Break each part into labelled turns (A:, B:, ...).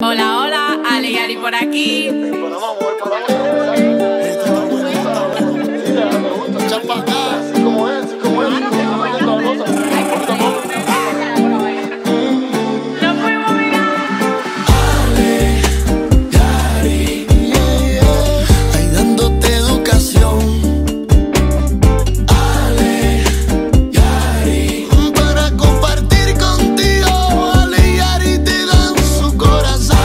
A: Hola, hola, Ali Ali por aquí. Lo fuimos, mira.
B: Ay, dándote educación. Ale, Yari. Para compartir contigo, Ale y Yari te dan su corazón.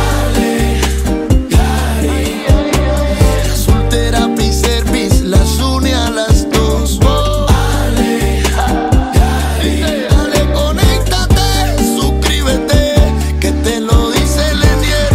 B: Ale, Yari. La Azul Therapy Service las une a las dos. Oh, Ale, Yari. Ale, conéctate, suscríbete. Que te lo dice Lenier,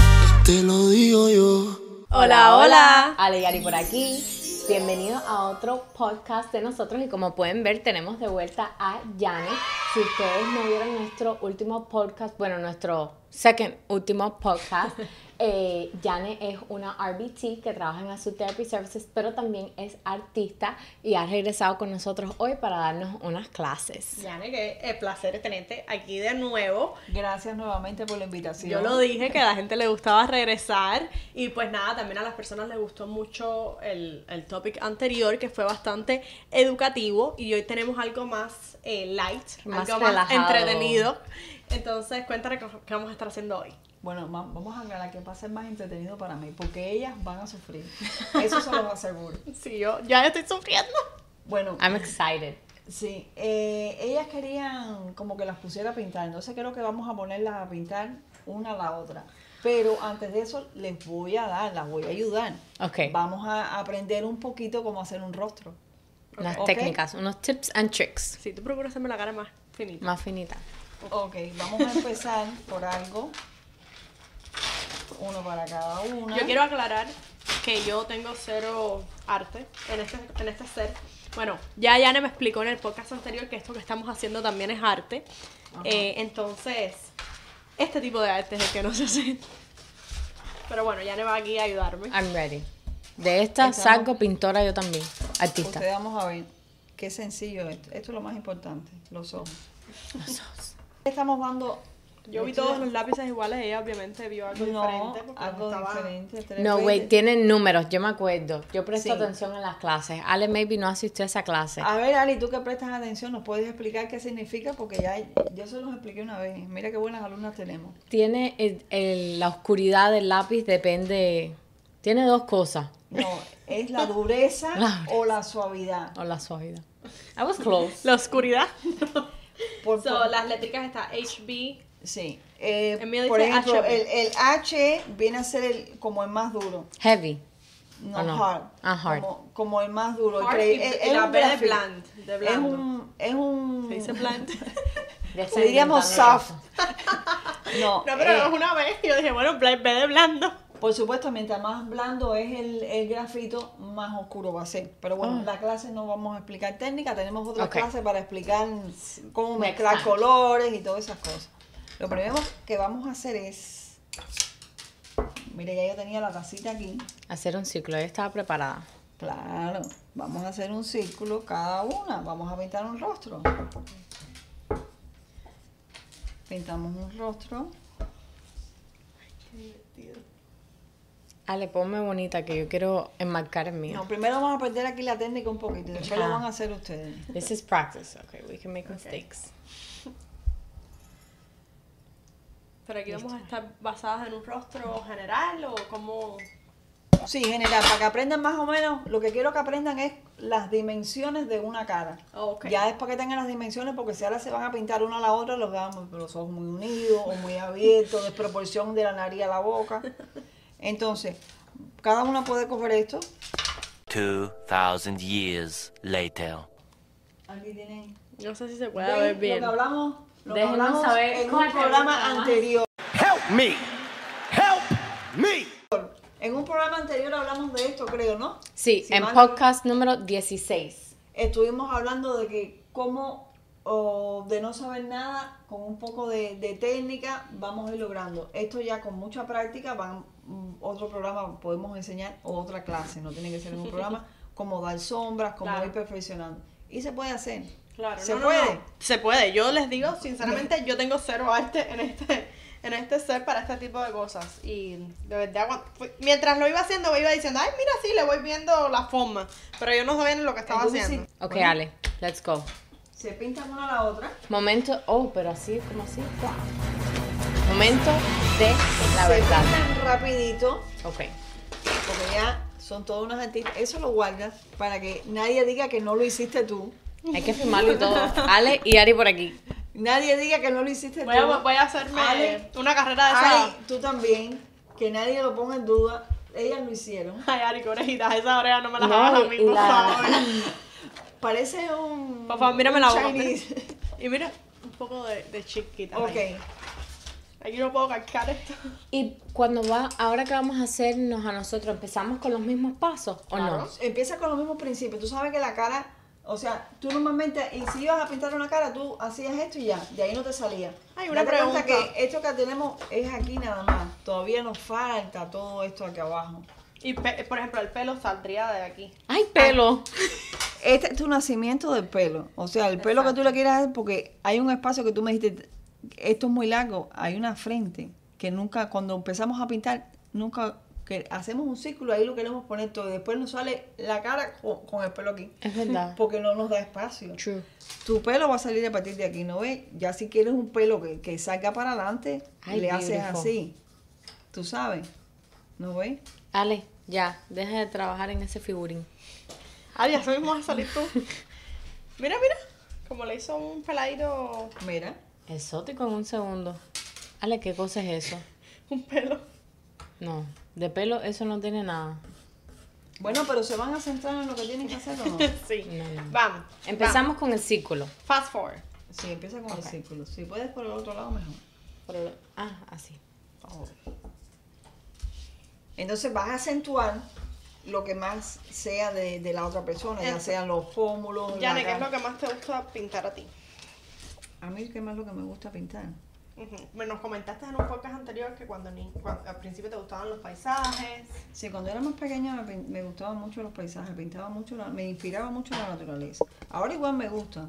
B: te lo digo yo.
C: Hola, hola. Ale y Ari por aquí. Bienvenidos a otro podcast de nosotros y como pueden ver tenemos de vuelta a Yane. Si ustedes no vieron nuestro último podcast, bueno, nuestro second último podcast, eh, Yane es una RBT que trabaja en Azul Therapy Services, pero también es artista y ha regresado con nosotros hoy para darnos unas clases.
D: Yane, que el placer es tenerte aquí de nuevo.
E: Gracias nuevamente por la invitación.
D: Yo lo dije que a la gente le gustaba regresar y pues nada, también a las personas les gustó mucho el, el topic anterior que fue bastante educativo y hoy tenemos algo más eh, light,
C: Más
D: algo
C: relajado.
D: más entretenido. Entonces cuéntame qué qué vamos a estar haciendo hoy.
E: Bueno, ma- vamos a aclarar que va a ser más entretenido para mí, porque ellas van a sufrir. Eso se los aseguro.
D: Sí, yo ya estoy sufriendo.
E: Bueno,
C: I'm excited.
E: sí, eh, ellas querían como que las pusiera a pintar, entonces creo que vamos a ponerlas a pintar una a la otra. Pero antes de eso les voy a dar, las voy a ayudar.
C: Ok.
E: Vamos a aprender un poquito cómo hacer un rostro.
C: Unas
E: Ok.
C: técnicas, unos tips and tricks.
D: Sí, tú procuras hacerme la cara más finita.
C: Más finitas.
E: Ok, vamos a empezar por algo. Uno para cada uno.
D: Yo quiero aclarar que yo tengo cero arte en este, en este set. Bueno, ya Yane me explicó en el podcast anterior que esto que estamos haciendo también es arte. Eh, entonces, este tipo de arte es el que no se hace. Pero bueno, Yane va aquí a ayudarme.
C: I'm ready. De esta
E: Estamos-
C: salgo pintora yo también, artista.
E: Ustedes vamos a ver qué sencillo es. Esto es lo más importante, los ojos. Estamos dando
D: Yo vi todos los lápices iguales, ella obviamente vio algo
E: no,
D: diferente. porque
E: algo
D: no estaba-
E: diferente. tres
C: No,
E: veces.
C: wait, tienen números, yo me acuerdo. Yo presto
E: Sí. Ah.
C: atención en las clases. Ale maybe no asistió a esa clase.
E: A ver, Ali, tú que prestas atención, ¿nos puedes explicar qué significa? Porque ya yo se los expliqué una vez. Mira qué buenas alumnas tenemos.
C: Tiene el- el- la oscuridad del lápiz, depende. Tiene dos cosas.
E: No, es la dureza
C: La
E: o la suavidad.
C: O la suavidad. I was close.
D: La oscuridad.
E: Por-
D: so,
E: por-
D: las letricas está HB.
E: Sí. Eh,
D: El mío
E: por
D: dice
E: ejemplo,
D: HB.
E: el, el H viene a ser el, como el más duro.
C: Heavy.
E: No,
C: ¿O no?
E: hard.
C: Ah, hard.
E: Como, como el más duro.
D: Hard
E: Creí-
D: y-
E: es-
D: y
E: es
D: la
E: un
D: B de
E: gráfico.
D: bland, de
E: Es
D: blando.
E: un. Es un
D: Se dice plant.
C: Ya está
E: le diríamos
C: inventando
E: soft. No,
D: No, pero
E: eh,
D: una vez yo dije, bueno, plan B de blando.
E: por supuesto, mientras más blando es el, el grafito, más oscuro va a ser. Pero bueno, en la clase no vamos a explicar técnica, tenemos otra
C: Ok.
E: clase para explicar cómo
C: Next
E: mezclar
C: time.
E: colores y todas esas cosas. Lo primero que vamos a hacer es. Mire, ya yo tenía la tacita aquí.
C: Hacer un ciclo, yo estaba preparada.
E: Claro, vamos a hacer un círculo cada una, vamos a pintar un rostro. Pintamos un rostro.
C: Ale, ponme bonita que yo quiero enmarcar el mío.
E: No, primero vamos a aprender aquí la técnica un poquito y después lo
C: Ajá.
E: van a hacer ustedes.
C: This is practice. Okay, we can make mistakes.
D: Pero aquí vamos a estar basadas en un rostro general o como...
E: Sí, general, para que aprendan más o menos, lo que quiero que aprendan es las dimensiones de una cara.
D: Ok.
E: Ya después que tengan las dimensiones, porque si ahora se van a pintar una a la otra, los vean los ojos muy unidos o muy abiertos, desproporción de la nariz a la boca. Entonces, cada una puede coger esto.
F: 2,000 years later.
E: Aquí tienen
D: No sé si se
E: ¿Ven? Lo que hablamos, lo que
C: Déjenos
E: hablamos
C: saber
E: en
C: cuál
E: un
C: te
E: programa
C: gusta más.
E: anterior.
B: Help me! Help me!
E: En un programa anterior hablamos de esto, creo, ¿no?
C: Sí,
E: Si
C: en
E: mal-
C: podcast número 16.
E: Estuvimos hablando de que cómo o de no saber nada, con un poco de, de técnica, vamos a ir logrando. Esto ya con mucha práctica, van, mm, otro programa podemos enseñar o otra clase, no tiene que ser en un programa, cómo dar sombras, cómo
D: Claro.
E: ir perfeccionando. Y se puede hacer.
D: Claro,
E: se
D: no, no,
E: puede.
D: no. Se puede. Yo les digo, sinceramente, yo tengo cero arte en este, en este set para este tipo de cosas. Y de verdad, cuando fui- mientras lo iba haciendo, me iba diciendo, ay, mira, sí, le voy viendo la forma. Pero yo no sabía ni lo que estaba
E: Entonces,
D: haciendo.
E: sí,
C: Ok,
E: bueno,
C: Ale, let's go.
E: Se pintan una a la otra.
C: Momento, oh, pero así, como así. ¡guau! Momento de la
E: se
C: verdad.
E: pintan rapidito.
C: Ok.
E: Porque ya son todas unas artistas. Eso lo guardas para que nadie diga que no lo hiciste tú.
C: Hay que firmarlo y todo. Ale y Ari por aquí.
E: Nadie diga que no lo hiciste
D: Voy
E: tú.
D: a, voy a hacerme
E: Ale.
D: una carrera de esa.
E: Ay, tú también. Que nadie lo ponga en duda. Ellas lo hicieron.
D: Ay, Ari, qué orejitas, esas orejas no me las
C: No,
D: hagas a mí,
C: y
D: por
C: la-
D: favor.
E: Parece un.
D: Por favor, mírame la boca.
E: Chinese.
D: Y mira, un poco de, de chiquita.
E: Ok.
D: Aquí Aquí no puedo calcar esto.
C: Y cuando va, ahora que vamos a hacernos a nosotros, ¿empezamos con los mismos pasos o no?
E: Empieza con los mismos principios. Tú sabes que la cara. O sea, tú normalmente, y si ibas a pintar una cara, tú hacías esto y ya, de ahí no te salía.
D: Ay, una
E: Date cuenta
D: pregunta.
E: que esto que tenemos es aquí nada más. Todavía nos falta todo esto aquí abajo.
D: Y, pe- por ejemplo, el pelo saldría de aquí.
C: ¡Ay, pelo!
E: Este es tu nacimiento del pelo. O sea, el pelo que tú le quieras dar, porque hay un espacio que tú me dijiste, esto es muy largo, hay una frente que nunca, cuando empezamos a pintar, nunca, que hacemos un círculo, ahí lo queremos poner todo, y después nos sale la cara con, con el pelo aquí.
C: Es verdad.
E: Porque no nos da espacio.
C: True.
E: Tu pelo va a salir a partir de aquí, ¿no ves? Ya si quieres un pelo que, que salga para adelante,
C: Ay,
E: le haces
C: beautiful.
E: así. ¿Tú sabes? ¿No ves?
C: Ale, ya, deja de trabajar en ese figurín.
D: Ari, así Ah, mismo vas a salir tú. Mira, mira. Como le hizo un peladito,
E: Mira.
C: Exótico en un segundo. Ale, ¿qué cosa es eso?
D: un pelo.
C: No, de pelo eso no tiene nada.
E: Bueno, pero se van a centrar en lo que tienen que hacer o no.
D: Sí.
C: No, no.
D: Vamos. vamos.
C: Empezamos con el círculo.
D: Fast forward.
E: Sí, empieza con el círculo. Si puedes por el otro lado, mejor.
C: Por el- Ah, así.
E: Entonces vas a acentuar lo que más sea de, de la otra persona, ya
D: Eso.
E: sean los pómulos. la
D: Yane, ¿qué es
E: cara.
D: lo que más te gusta pintar a ti?
E: A mí que más lo que me gusta pintar.
D: Ujú. Me Nos comentaste en un podcast anterior que cuando, ni, cuando al principio te gustaban los paisajes.
E: Sí, cuando era más pequeña me, pin- me gustaban mucho los paisajes, pintaba mucho, la- me inspiraba mucho la naturaleza. Ahora igual me gusta,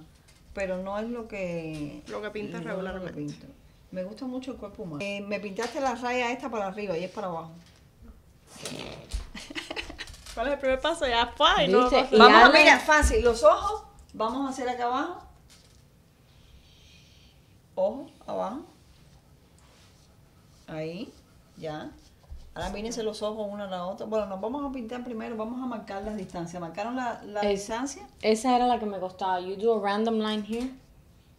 E: pero no es lo que...
D: Lo que pintas
E: no es lo que
D: regularmente.
E: pinto. Me gusta mucho el cuerpo humano. Eh, me pintaste la raya esta para arriba y es para abajo.
D: ¿Cuál es el primer paso? Ya fue. y no
C: ¿Viste?
D: pasa
C: Y
E: Vamos a
C: Ale-
E: mira, fácil, los ojos, vamos a hacer acá abajo. Ojo, abajo. Ahí, ya. Ahora mírense los ojos uno a la otra. Bueno, nos vamos a pintar primero, vamos a marcar las distancias. ¿Marcaron la, la
C: Es-
E: distancia?
C: Esa era la que me costaba. You do a random line here.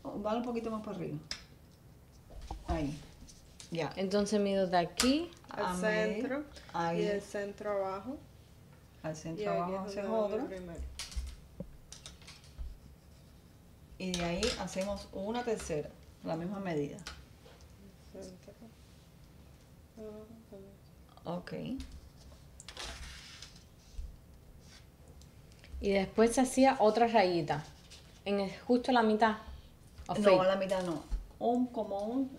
E: Van un poquito más para arriba. Ahí, ya.
C: Entonces mido de aquí.
D: Al
E: Amé.
D: centro.
E: Ahí.
D: Y del centro abajo.
E: Al
D: Y
E: centro
D: aquí
E: abajo
D: es
E: haces
D: donde voy
E: otro.
D: primero.
E: Y de ahí hacemos una tercera, la misma medida.
D: Centro.
E: Ok.
C: Y después se hacía otra rayita. En el- justo la mitad. Of
E: No, a
C: it.
E: la mitad no. Un, como un,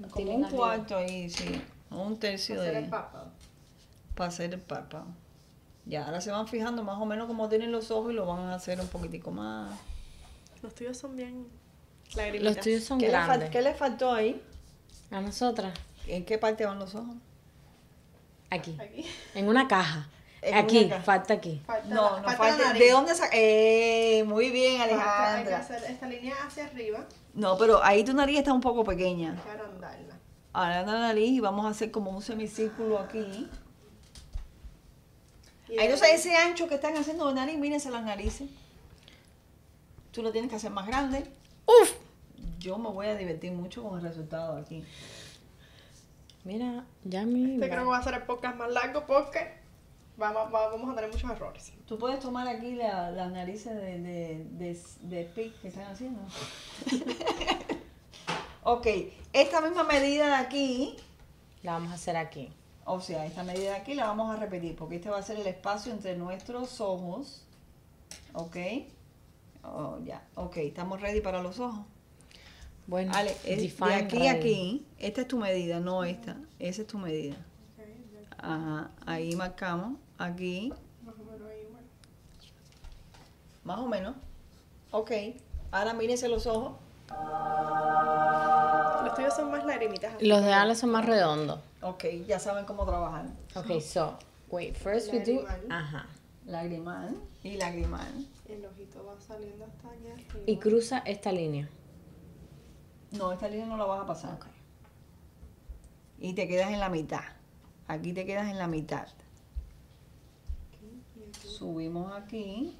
E: como
C: tilín
E: un
C: arriba.
E: cuarto ahí, sí. Un tercio
D: Hacer
E: de.
D: el párpado.
E: Para hacer el párpado. Ya, ahora se van fijando más o menos como tienen los ojos y lo van a hacer un poquitico más.
D: Los tuyos son bien.
C: Los
D: lagrimitas.
C: tuyos son
E: ¿Qué le, fal-
C: grandes.
E: qué le faltó ahí?
C: A nosotras.
E: ¿En qué parte van los ojos?
C: Aquí.
D: Aquí.
C: En una caja.
E: En
C: aquí,
E: una caja.
C: falta aquí.
D: Falta la-
E: No, no
D: falta la
E: falta.
D: nariz.
E: ¿De dónde saca? Eh, muy bien,
D: Falta- Hay que
E: Alejandra.
D: hacer esta línea hacia arriba
E: No, pero ahí tu nariz está un poco pequeña.
D: para agrandarla.
E: Ahora la nariz y vamos a hacer como un semicírculo aquí.
D: Y
E: Ay,
D: de-
E: Entonces, ese ancho que están haciendo de nariz, mírense las narices. Tú lo tienes que hacer más grande.
C: ¡Uf!
E: Yo me voy a divertir mucho con el resultado aquí.
C: Mira, ya mi.
D: Este creo que va a ser el podcast más largo porque vamos, va- vamos a tener muchos errores.
E: Tú puedes tomar aquí la- las narices de, de, de, de pig que están haciendo. ok, esta misma medida de aquí,
C: La vamos a hacer aquí.
E: o sea, esta medida de aquí la vamos a repetir porque este va a ser el espacio entre nuestros ojos. Ok. Oh, ya, ok, estamos ready para los ojos.
C: Bueno,
E: Ale, es de
C: define
E: aquí
C: rayita.
E: a aquí, esta es tu medida, no esta, esa es tu medida. Ajá, ahí marcamos, aquí, más o menos. Ok, ahora mírense los ojos.
D: Lo estoy tuyos son más lagrimitas. así
C: Los de
D: como-
C: Ale son más redondos.
E: Ok, ya saben cómo trabajar.
C: Ok, so, wait, first we do.
D: Lagrimal.
C: Ajá.
E: Lagrimal y lagrimal.
D: El ojito va saliendo hasta aquí arriba.
C: Y cruza esta línea.
E: No, esta línea no la vas a pasar. Y te quedas en la mitad. Aquí te quedas en la mitad. Subimos aquí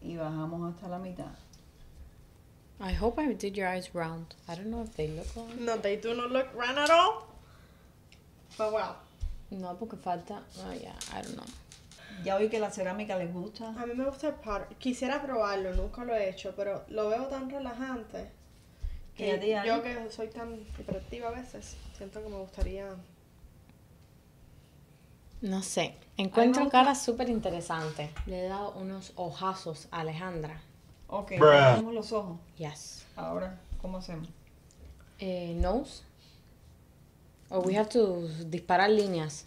E: y bajamos hasta la mitad.
C: I hope I did your eyes round. I don't know if they look round.
D: No, they do not look round at all. But wow.
C: No, porque falta. Oh, yeah, I don't know.
E: Ya oí que la cerámica les gusta.
D: A mí me gusta el powder. Quisiera probarlo, nunca lo he hecho, pero lo veo tan relajante.
E: ¿Y a ti,
D: Que
E: Ani?
D: yo que soy tan hiperactiva a veces, siento que me gustaría.
C: No sé. Encuentro
E: gusta.
C: cara súper interesante. Le he dado unos ojazos a Alejandra.
E: Ok, abrimos los ojos.
C: Yes.
E: Ahora, ¿cómo hacemos?
C: Eh, nose. Or we have to disparar líneas.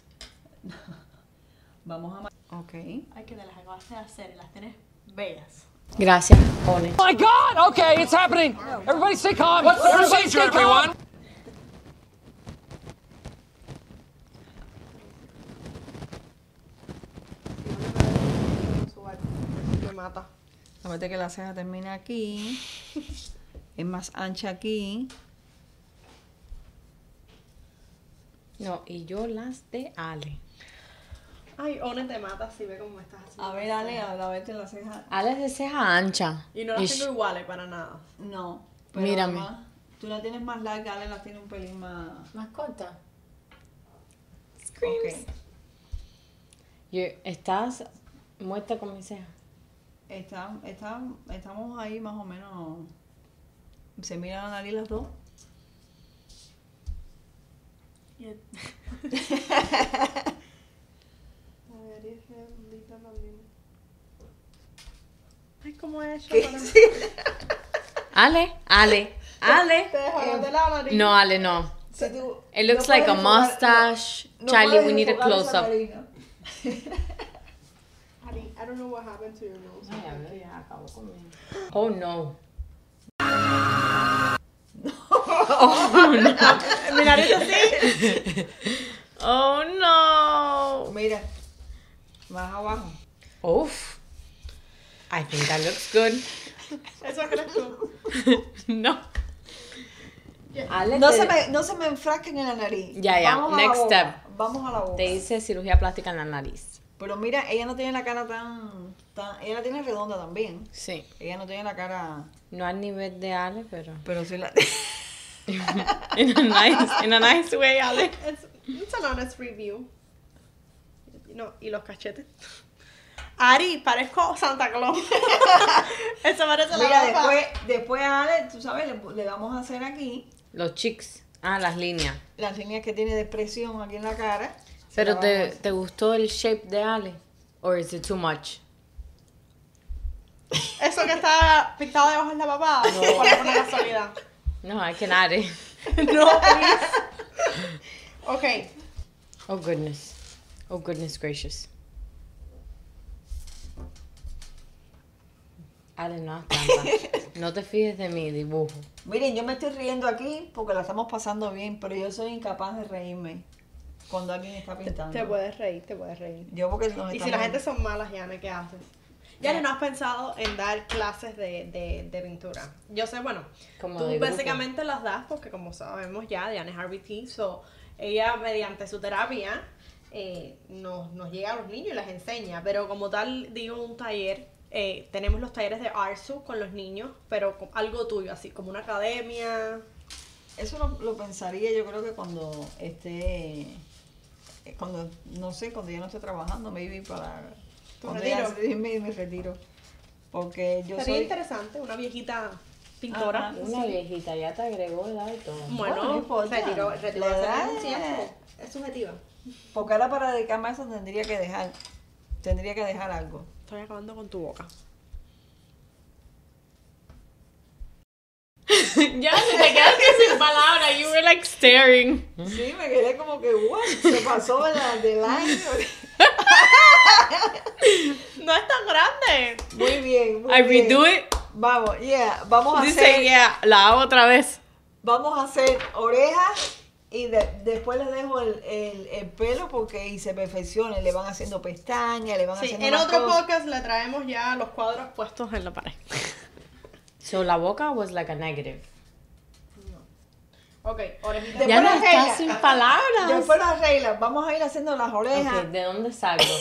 E: Vamos a... ma- Ok.
D: Ay, que te las acabaste de hacer, las tienes bellas.
C: Gracias, Ole.
G: my God! Okay, it's happening. Everybody, stay calm. What's the procedure, everyone?
D: Me mata.
E: Acuérdate que la ceja termina aquí. es más ancha aquí.
C: No, y yo las de Ale.
D: Ay, One te mata si ve cómo me estás haciendo.
E: A ver, Ale, a verte la ceja.
C: Ale es de ceja ancha.
D: Y no las
C: Ish.
D: tengo iguales para nada.
E: No. Pero
C: Mírame.
E: además, tú la tienes más larga, Ale la tiene un pelín más.
C: Más corta.
E: Ok.
C: Yo- estás muerta con mi ceja.
E: Está, está, estamos ahí más o menos. Se miran la nariz las dos.
D: Y el- La nariz redondita también. Ay, ¿cómo es eso? para-
C: Ale, Ale, Ale.
D: Te dejaron de lado la nariz.
C: No, Ale, no.
E: Si tú-
C: It looks
E: no
C: like a
E: puedes enfocar-
C: mustache.
E: no- no
C: Charlie,
E: puedes
C: we need a
E: enfocar esa
C: close up.
E: nariz, ¿no?
D: Ari, I don't know what happened to your nose.
C: Oh no. Oh no.
E: Mira, más abajo.
C: Oof. I think that looks good.
D: Eso eres tú.
C: No. Ale,
E: No
C: te-
E: se me, no se me enfrasquen en la nariz.
C: Ya, ya,
E: Vamos a la
C: next
E: boca,
C: step.
E: Vamos a la boca.
C: te hice cirugía plástica en la nariz.
E: Pero mira, ella no tiene la cara tan, tan. Ella la tiene redonda también.
C: Sí.
E: Ella no tiene la cara.
C: No al nivel de Ale, pero.
E: Pero sí la.
C: In a nice, in a nice way, Ale.
D: It's, it's an honest review. No, y los cachetes. Ari, parezco Santa Claus. eso parece
E: Mira,
D: la boca.
E: después, después a Ale, tú sabes, le, le vamos a hacer aquí
C: Los cheeks. Ah, las líneas.
E: las líneas que tiene de expresión aquí en la cara. Se
C: Pero
E: la
C: te,
E: vamos
C: te gustó el shape de Ale? Or is it too much?
D: Eso que está pintado de hojas la papada. No. Por alguna casualidad.
C: No, I can add it.
D: No, please. Ok.
C: Oh goodness. Oh goodness gracious. Ale, no hagas trampa. No te fijes de mi dibujo.
E: a- Miren, yo me estoy riendo aquí porque la estamos pasando bien, pero yo soy incapaz de reírme cuando alguien está pintando.
D: Te puedes reír, te puedes reír.
E: Yo porque nos
D: Y si
E: estamos-
D: las gente son malas, Yane, ¿qué haces? Yane, ¿no has pensado en dar clases de, de, de pintura? Yo sé, bueno,
C: Como de
D: tú
C: grupo.
D: básicamente las das porque como sabemos ya, Diane es RBT, so ella mediante su terapia eh, nos, nos llega a los niños y les enseña, pero como tal digo un taller, eh, tenemos los talleres de ARSU con los niños, pero con algo tuyo, así como una academia.
E: Eso lo, lo pensaría yo creo que cuando esté, eh, cuando, no sé, cuando yo no esté trabajando, maybe para...
D: ¿Tu
E: cuando
D: retiro?
E: ya- sí, mi, mi retiro. Porque yo
D: Sería
E: soy...
D: interesante, una viejita pintora.
E: Ajá.
C: Una viejita ya te agregó el alto.
E: Bueno, no
D: Bueno,
E: importa.
D: retiró, retiró
E: La
D: hace
E: edad
D: algún
E: es-
D: tiempo. Es subjetiva.
E: Porque ahora para dedicarme a eso tendría que dejar, tendría que dejar algo.
D: Estoy acabando con tu boca.
C: ya se te quedaste sin palabras. You were like staring.
E: Sí, me quedé como que, wow, se pasó la del año.
D: No es tan grande.
E: Muy bien, muy
C: I
E: bien.
C: redo it.
E: Vamos, yeah, vamos a
C: Dice,
E: hacer,
C: yeah, la hago otra vez.
E: Vamos a hacer orejas y de- después les dejo el, el- el pelo porque y se perfeccionen. Le van haciendo pestañas, le van
D: Sí,
E: haciendo
D: en
E: más
D: otro
E: cosas.
D: podcast le traemos ya los cuadros puestos en la pared.
C: So la boca was like a negative.
D: Ok, orejita.
E: Después
C: Ya no
E: las
C: está
E: reglas.
C: sin palabras.
E: Después las reglas. Vamos a ir haciendo las orejas.
C: Ok, ¿de dónde salgo?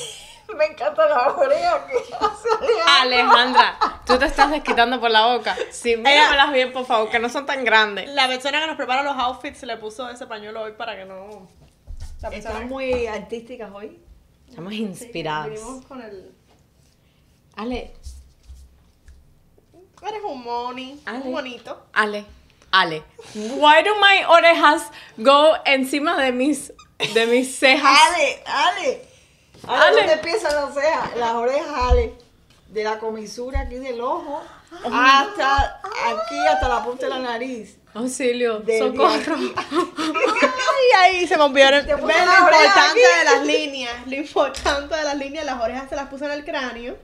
E: Me encantan las orejas que hace Alejandro.
C: Alejandra, tú te estás desquitando por la boca. Sí, míramelas bien, por favor, que no son tan grandes.
D: La persona que nos prepara los outfits le puso ese pañuelo hoy para que no. La persona
E: Están muy artísticas hoy.
C: Estamos
D: Sí,
C: inspiradas.
D: Vinimos con el.
C: Ale,
D: Eres un money,
C: Ale.
D: un bonito.
C: Ale, Ale. Why do my orejas go encima de mis de mis cejas?
E: Ale, Ale.
C: Ale.
E: Ale, ¿dónde empiezan las orejas? Las orejas, Ale. De la comisura aquí del ojo hasta aquí, hasta la punta de la nariz.
C: Auxilio,
E: De
C: socorro.
D: Y ahí se me olvidaron.
E: Te
D: Ven
E: puso
D: lo
E: las orejas
D: importante
E: aquí.
D: de las líneas. Lo importante de las líneas, las orejas se las puso en el cráneo.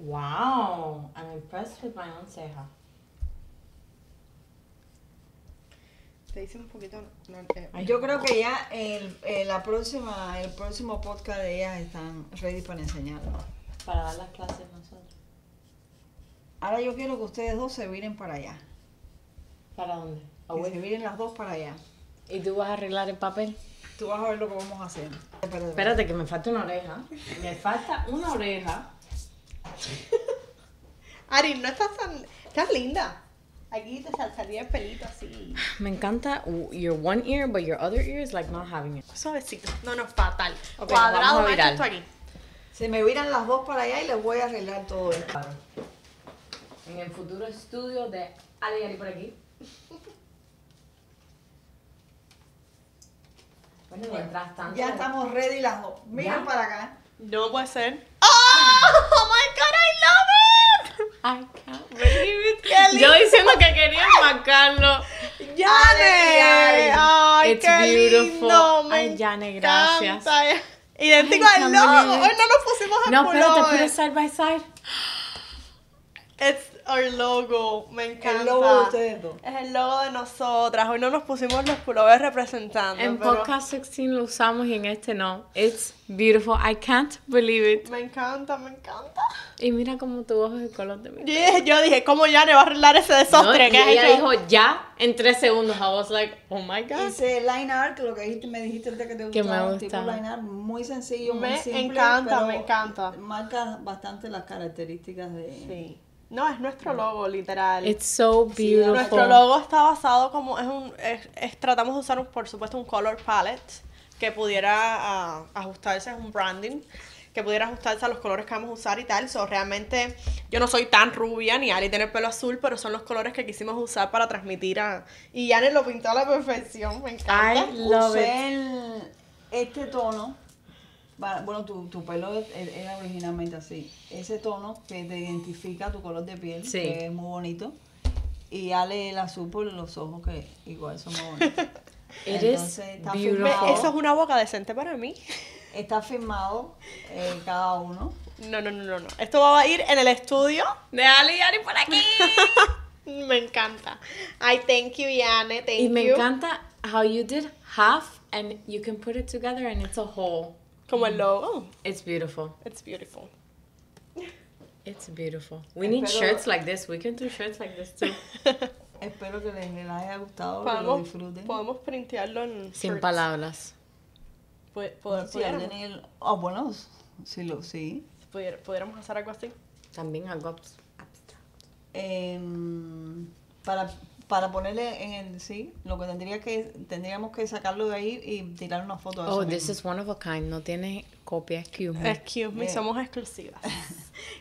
C: Wow, I'm impressed with my own ceja.
D: Te hice un poquito. no, eh,
E: Yo creo que ya el, el- la próxima, el próximo podcast de ellas están ready para enseñar.
C: Para dar las clases nosotros.
E: Ahora yo quiero que ustedes dos se viren para allá.
C: ¿Para dónde?
E: Que se viren las dos para allá.
C: ¿Y tú vas a arreglar el papel?
E: Tú vas a ver lo que vamos a hacer. Espérate, espérate.
C: Espérate que me falta una oreja. Me falta una oreja.
D: Ari, no estás tan. Estás linda. Aquí te sal- salía el pelito así.
C: Me encanta uh, your one ear, but your other ear is like not having it.
D: Suavecito. No, no, fatal.
C: Ok, nos
D: Cuadrado,
C: vamos a
D: macho,
C: virar.
D: esto aquí.
E: Se me viran las dos para allá y les voy a arreglar todo esto.
C: En el futuro estudio de Ale y Ari por aquí. Bueno, mientras tanto.
E: Ya estamos ready las dos. Miren
C: Ya.
E: para acá.
D: No puede ser. ¡Oh! ¡Oh my god, I love it!
C: I can't believe it. Yo diciendo que quería marcarlo.
D: ¡Yane!
E: Ale,
D: ¡Ay,
C: It's
D: qué
C: beautiful.
D: lindo! Me
C: Ay, Yane, gracias.
D: encanta. Idéntico
C: Ay,
D: al
C: Yane.
D: logo. Hoy no nos pusimos al
C: No, espérate,
D: pullover.
C: put side by side.
D: It's our logo. Me encanta.
E: El logo de ustedes dos.
D: Es el logo de nosotras. Hoy no nos pusimos los pullovers representando.
C: En
D: pero
C: podcast 16 lo usamos y en este no. It's beautiful. I can't believe it.
D: Me encanta, me encanta.
C: Y mira cómo tu ojo es el color de mi.
D: Yo dije, yo dije, ¿cómo Yane va a arreglar ese
C: No,
D: desastre
C: y
D: que has
C: ella
D: hecho?
C: dijo ya en tres segundos. I was like, oh my god.
E: Ese line art, lo que dijiste, me dijiste ahorita que te
C: Que me
E: gustaba, un tipo
C: gusta.
E: line art muy sencillo,
D: Me
E: muy simple.
D: encanta,
E: pero
D: me encanta.
E: Marca bastante las características de...
D: Sí. No, es nuestro logo, literal.
C: It's so beautiful.
D: Nuestro logo está basado como es un es- es- tratamos de usar un- por supuesto un color palette que pudiera ah, ajustarse es un branding que pudiera ajustarse a los colores que vamos a usar y tal. So, realmente yo no soy tan rubia ni Ari tiene el pelo azul, pero son los colores que quisimos usar para transmitir a y Ari lo pintó a la perfección, me encanta.
C: I love
E: Usé
C: it.
E: el- este tono, va- bueno, tu, tu pelo e- era originalmente así. Ese tono que te identifica tu color de piel,
C: Sí.
E: que es muy bonito. Y Ale el azul por los ojos, que igual son muy bonitos.
C: It is
E: Entonces, está
C: beautiful.
D: Ve,
E: firmado.
D: Eso es una boca decente para mí.
E: Está firmado eh, cada uno.
D: No, no, no, no, no. Esto va a ir en el estudio.
C: De Ali y Ari por aquí.
D: Me encanta. I thank you, Yane. Thank
C: y me
D: you.
C: encanta how you did half and you can put it together and it's a whole.
D: Como el logo.
C: It's beautiful.
D: It's beautiful.
C: It's beautiful. We need
E: Espero-
C: shirts like this. We can do shirts like this too.
E: Espero que les, les haya gustado, que lo
D: podemos,
E: disfruten.
D: podemos printearlo en
C: Sin
D: shirts.
C: palabras.
D: Pu- pu-
E: Bueno, si
D: pudiéramos,
E: alguien el- ah, bueno, sí, lo, sí.
D: pudier- pudiéramos hacer algo así.
C: También algo abs-
E: Em, para, para ponerle en el sí, lo que tendría que tendríamos que sacarlo de ahí y tirar una foto. de
C: Oh,
E: eso
C: this
E: mismo.
C: is one of a kind. No tiene copia. Excuse me.
D: Excuse me,
E: Bien.
D: somos exclusivas.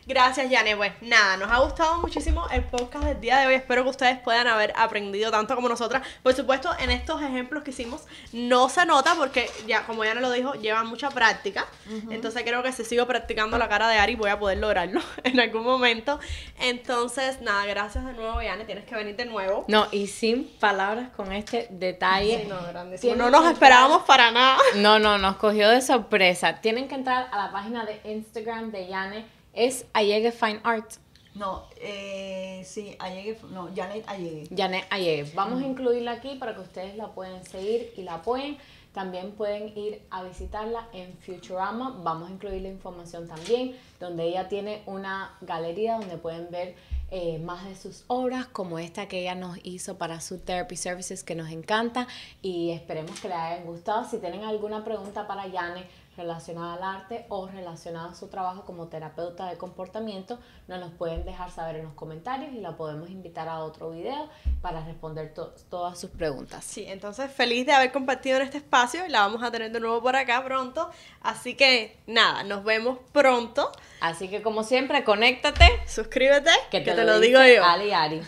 D: Gracias, Yane. Pues nada, nos ha gustado muchísimo el podcast del día de hoy. Espero que ustedes puedan haber aprendido tanto como nosotras. Por supuesto, en estos ejemplos que hicimos no se nota porque ya, como Yane lo dijo, lleva mucha práctica. Entonces creo que si sigo practicando la cara de Ari voy a poder lograrlo en algún momento. Entonces, nada, gracias de nuevo, Yane. Tienes que venir de nuevo.
C: No, y sin palabras con este detalle.
D: Sí, no, grandísimo.
C: Tienen
D: No nos
C: que
D: esperábamos para nada.
C: No, no, nos cogió de sorpresa. Tienen que entrar a la página de Instagram de Yane. Es Allegue Fine Art.
E: No, eh, sí, Allegue, fue- no, Janet Allegue.
C: Janet Ayer. Vamos a incluirla aquí para que ustedes la puedan seguir y la apoyen. También pueden ir a visitarla en Futurama. Vamos a incluir la información también, donde ella tiene una galería donde pueden ver eh, más de sus obras, como esta que ella nos hizo para su Therapy Services, que nos encanta. Y esperemos que les hayan gustado. Si tienen alguna pregunta para Janet, relacionada al arte o relacionada a su trabajo como terapeuta de comportamiento, nos los pueden dejar saber en los comentarios y la podemos invitar a otro video para responder to- todas sus preguntas.
D: Sí, entonces feliz de haber compartido en este espacio y la vamos a tener de nuevo por acá pronto. Así que nada, nos vemos pronto.
C: Así que como siempre, conéctate,
D: Suscríbete,
C: que te,
D: lo
C: dice
D: digo yo.
C: Ali Ari.